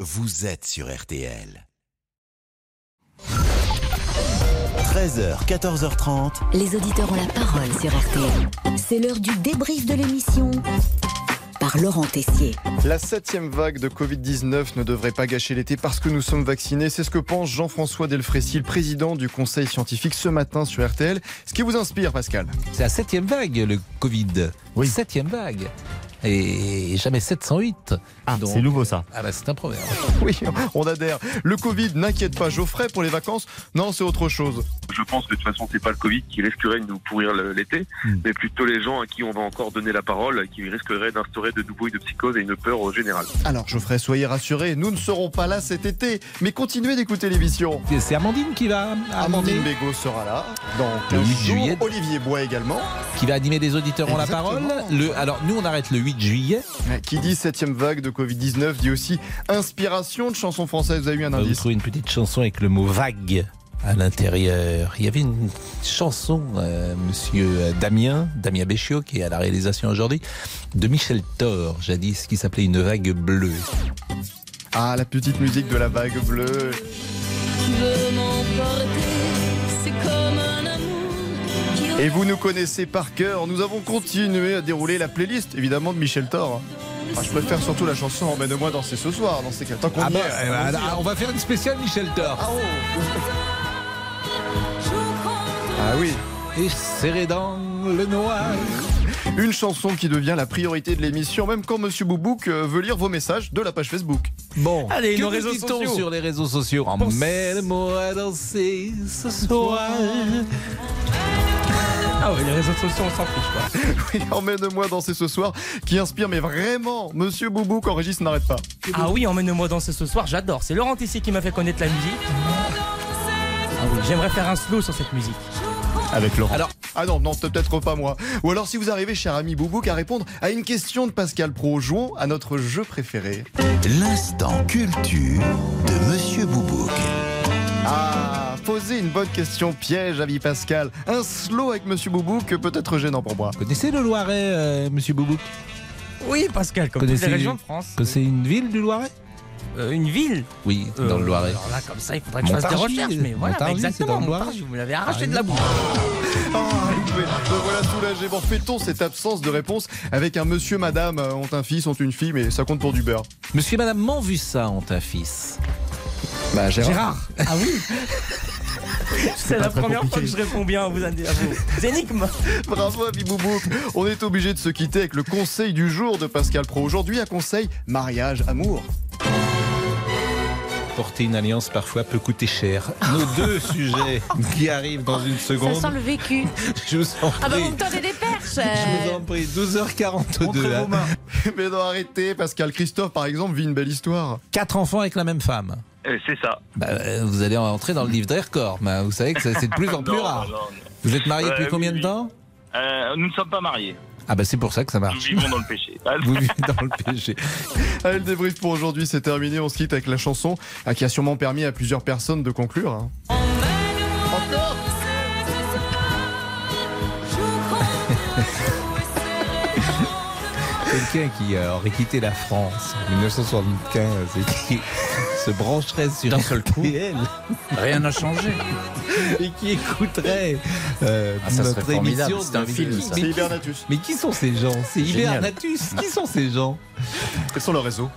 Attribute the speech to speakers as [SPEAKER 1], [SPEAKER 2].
[SPEAKER 1] vous êtes sur RTL. 13h, 14h30.
[SPEAKER 2] Les auditeurs ont la parole sur RTL. C'est l'heure du débrief de l'émission par Laurent Tessier.
[SPEAKER 3] La septième vague de Covid-19 ne devrait pas gâcher l'été parce que nous sommes vaccinés. C'est ce que pense Jean-François Delfrécy, le président du conseil scientifique ce matin sur RTL. Ce qui vous inspire, Pascal
[SPEAKER 4] C'est la septième vague, le Covid.
[SPEAKER 5] Oui.
[SPEAKER 4] Septième vague. Et jamais 708.
[SPEAKER 5] Ah,
[SPEAKER 4] Donc-
[SPEAKER 5] c'est nouveau ça.
[SPEAKER 4] Ah bah c'est un proverbe.
[SPEAKER 3] Oui, on adhère. Le Covid n'inquiète pas Geoffrey pour les vacances. Non, c'est autre chose.
[SPEAKER 6] Je pense que de toute façon, c'est pas le Covid qui risquerait de nous pourrir le- l'été,
[SPEAKER 5] Mm.
[SPEAKER 6] mais plutôt les gens à qui on va encore donner la parole, qui risqueraient d'instaurer de nouveaux de psychose et une peur au général.
[SPEAKER 3] Alors, Geoffrey, soyez rassurés, nous ne serons pas là cet été, mais continuez d'écouter l'émission.
[SPEAKER 4] Et C'est Amandine qui va
[SPEAKER 3] Amandine
[SPEAKER 4] animer,
[SPEAKER 3] Bégaud sera là dans
[SPEAKER 4] Le
[SPEAKER 3] 15
[SPEAKER 4] huit
[SPEAKER 3] jours.
[SPEAKER 4] juillet.
[SPEAKER 3] Olivier Bois également.
[SPEAKER 4] qui va animer les auditeurs ont la parole.
[SPEAKER 3] Exactement.
[SPEAKER 4] Le, alors nous on arrête le 8 juillet.
[SPEAKER 3] Qui dit septième vague de Covid-19 dit aussi inspiration de chansons françaises. Vous avez eu un
[SPEAKER 4] On va vous
[SPEAKER 3] indice
[SPEAKER 4] trouver une petite chanson avec le mot vague à l'intérieur. Il y avait une chanson, euh, monsieur euh, Damien, Damien Béchiot, qui est à la réalisation aujourd'hui, de Michel Thor, jadis, qui s'appelait Une vague bleue.
[SPEAKER 3] Ah, la petite musique de la vague bleue.
[SPEAKER 7] Tu veux m'emporter, c'est comme un amour qui
[SPEAKER 3] Et vous nous connaissez par cœur. Nous avons continué à dérouler la playlist, évidemment, de Michel Thor. Ah, je préfère surtout la chanson Emmène-moi danser ce soir, dans ces cas. Tant qu'on
[SPEAKER 4] Ah
[SPEAKER 3] y
[SPEAKER 4] bah,
[SPEAKER 3] est.
[SPEAKER 4] euh, ah, on va faire une spéciale Michel Thor.
[SPEAKER 3] Ah, oh.
[SPEAKER 8] oh.
[SPEAKER 7] je prends
[SPEAKER 3] Ah oui.
[SPEAKER 4] Et serré dans le noir.
[SPEAKER 3] Une chanson qui devient la priorité de l'émission, même quand Monsieur Boubouk euh, veut lire vos messages de la page Facebook.
[SPEAKER 4] Bon,
[SPEAKER 5] Allez,
[SPEAKER 4] que
[SPEAKER 5] nos
[SPEAKER 4] nous
[SPEAKER 5] réseaux
[SPEAKER 4] dit-on
[SPEAKER 5] sociaux.
[SPEAKER 4] sur les réseaux sociaux Emmène-moi danser ce soir.
[SPEAKER 5] Ah ouais, les réseaux sociaux, on s'en fiche quoi.
[SPEAKER 3] Oui, Emmène-moi danser ce soir, qui inspire, mais vraiment, Monsieur Boubouk en régie, ça n'arrête pas.
[SPEAKER 5] Ah oui, emmène-moi danser ce soir, j'adore. C'est Laurent Tessier qui m'a fait connaître la musique. Ah oui, j'aimerais faire un slow sur cette musique.
[SPEAKER 3] Avec Laurent.
[SPEAKER 4] Alors-
[SPEAKER 3] ah non, non, c'est peut-être pas moi. Ou alors, si vous arrivez, cher ami Boubouk, à répondre à une question de Pascal Pro, jouons à notre jeu préféré.
[SPEAKER 1] L'instant culture de Monsieur Boubouk.
[SPEAKER 3] Ah, poser une bonne question piège, ami Pascal. Un slow avec Monsieur Boubouk, peut-être gênant pour moi.
[SPEAKER 4] Connaissez le Loiret, euh, monsieur Boubouk
[SPEAKER 5] Oui, Pascal, comme toutes
[SPEAKER 4] Connaissez-
[SPEAKER 5] les régions de France.
[SPEAKER 4] Que c'est une ville du Loiret
[SPEAKER 5] Euh, une ville.
[SPEAKER 4] Oui, dans
[SPEAKER 5] Euh,
[SPEAKER 4] le Loiret.
[SPEAKER 5] Alors là, comme ça, il faudrait que je fasse des
[SPEAKER 4] Montargis,
[SPEAKER 5] recherches. Mais voilà,
[SPEAKER 4] Montargis, c'est
[SPEAKER 5] exactement.
[SPEAKER 4] dans le Loiret.
[SPEAKER 5] Montargis, vous me l'avez arraché de la bouche.
[SPEAKER 3] Ah, écoutez, me voilà soulagé. Bon, fait-on cette absence de réponse avec un monsieur, madame, euh, ont un fils, ont une fille, mais ça compte pour du beurre.
[SPEAKER 4] Monsieur et madame Manvussa ont un fils.
[SPEAKER 3] Bah,
[SPEAKER 5] Gérard Ah oui C'est la première fois que je réponds bien à vos, à vos énigmes.
[SPEAKER 3] Bravo, ami Boubouk. On est obligé de se quitter avec le conseil du jour de Pascal Pro. Aujourd'hui, un conseil mariage, amour.
[SPEAKER 4] Porter une alliance parfois peut coûter cher. Nos deux sujets qui arrivent dans une seconde.
[SPEAKER 8] Ça sent le vécu.
[SPEAKER 4] Je vous en prie.
[SPEAKER 8] Ah bah vous me tendez des perches.
[SPEAKER 4] Je vous
[SPEAKER 8] euh.
[SPEAKER 4] en prie. 12h42. hein.
[SPEAKER 3] Mais non, arrêtez. Pascal Christophe, par exemple, vit une belle histoire.
[SPEAKER 4] Quatre enfants avec la même femme.
[SPEAKER 6] Euh, c'est ça.
[SPEAKER 4] Bah, euh, vous allez entrer dans le livre des records. Bah, vous savez que ça, c'est de plus en plus
[SPEAKER 6] Non,
[SPEAKER 4] rare.
[SPEAKER 6] non, non.
[SPEAKER 4] Vous êtes mariés depuis
[SPEAKER 6] Euh,
[SPEAKER 4] combien
[SPEAKER 6] oui,
[SPEAKER 4] de temps
[SPEAKER 6] Euh, nous ne sommes pas mariés.
[SPEAKER 4] Ah bah c'est pour ça que ça
[SPEAKER 6] Nous
[SPEAKER 4] marche.
[SPEAKER 6] vivons dans le péché.
[SPEAKER 4] Vous vivez dans le péché.
[SPEAKER 3] Allez, le débrief pour aujourd'hui, c'est terminé. On se quitte avec la chanson ah, qui a sûrement permis à plusieurs personnes de conclure. hein. Encore
[SPEAKER 4] Quelqu'un qui euh, aurait quitté la France en 1975 et qui se brancherait sur
[SPEAKER 9] D'un seul coup.
[SPEAKER 4] RTL.
[SPEAKER 9] Rien n'a changé.
[SPEAKER 4] et qui écouterait euh,
[SPEAKER 9] Ah, ça serait
[SPEAKER 4] notre
[SPEAKER 9] formidable,
[SPEAKER 4] émission.
[SPEAKER 9] c'est un film, ça.
[SPEAKER 3] C'est
[SPEAKER 4] Mais,
[SPEAKER 3] Hibernatus.
[SPEAKER 4] mais qui sont ces gens C'est
[SPEAKER 9] Génial.
[SPEAKER 4] Hibernatus. Qui sont ces gens
[SPEAKER 3] Quels sont leurs réseaux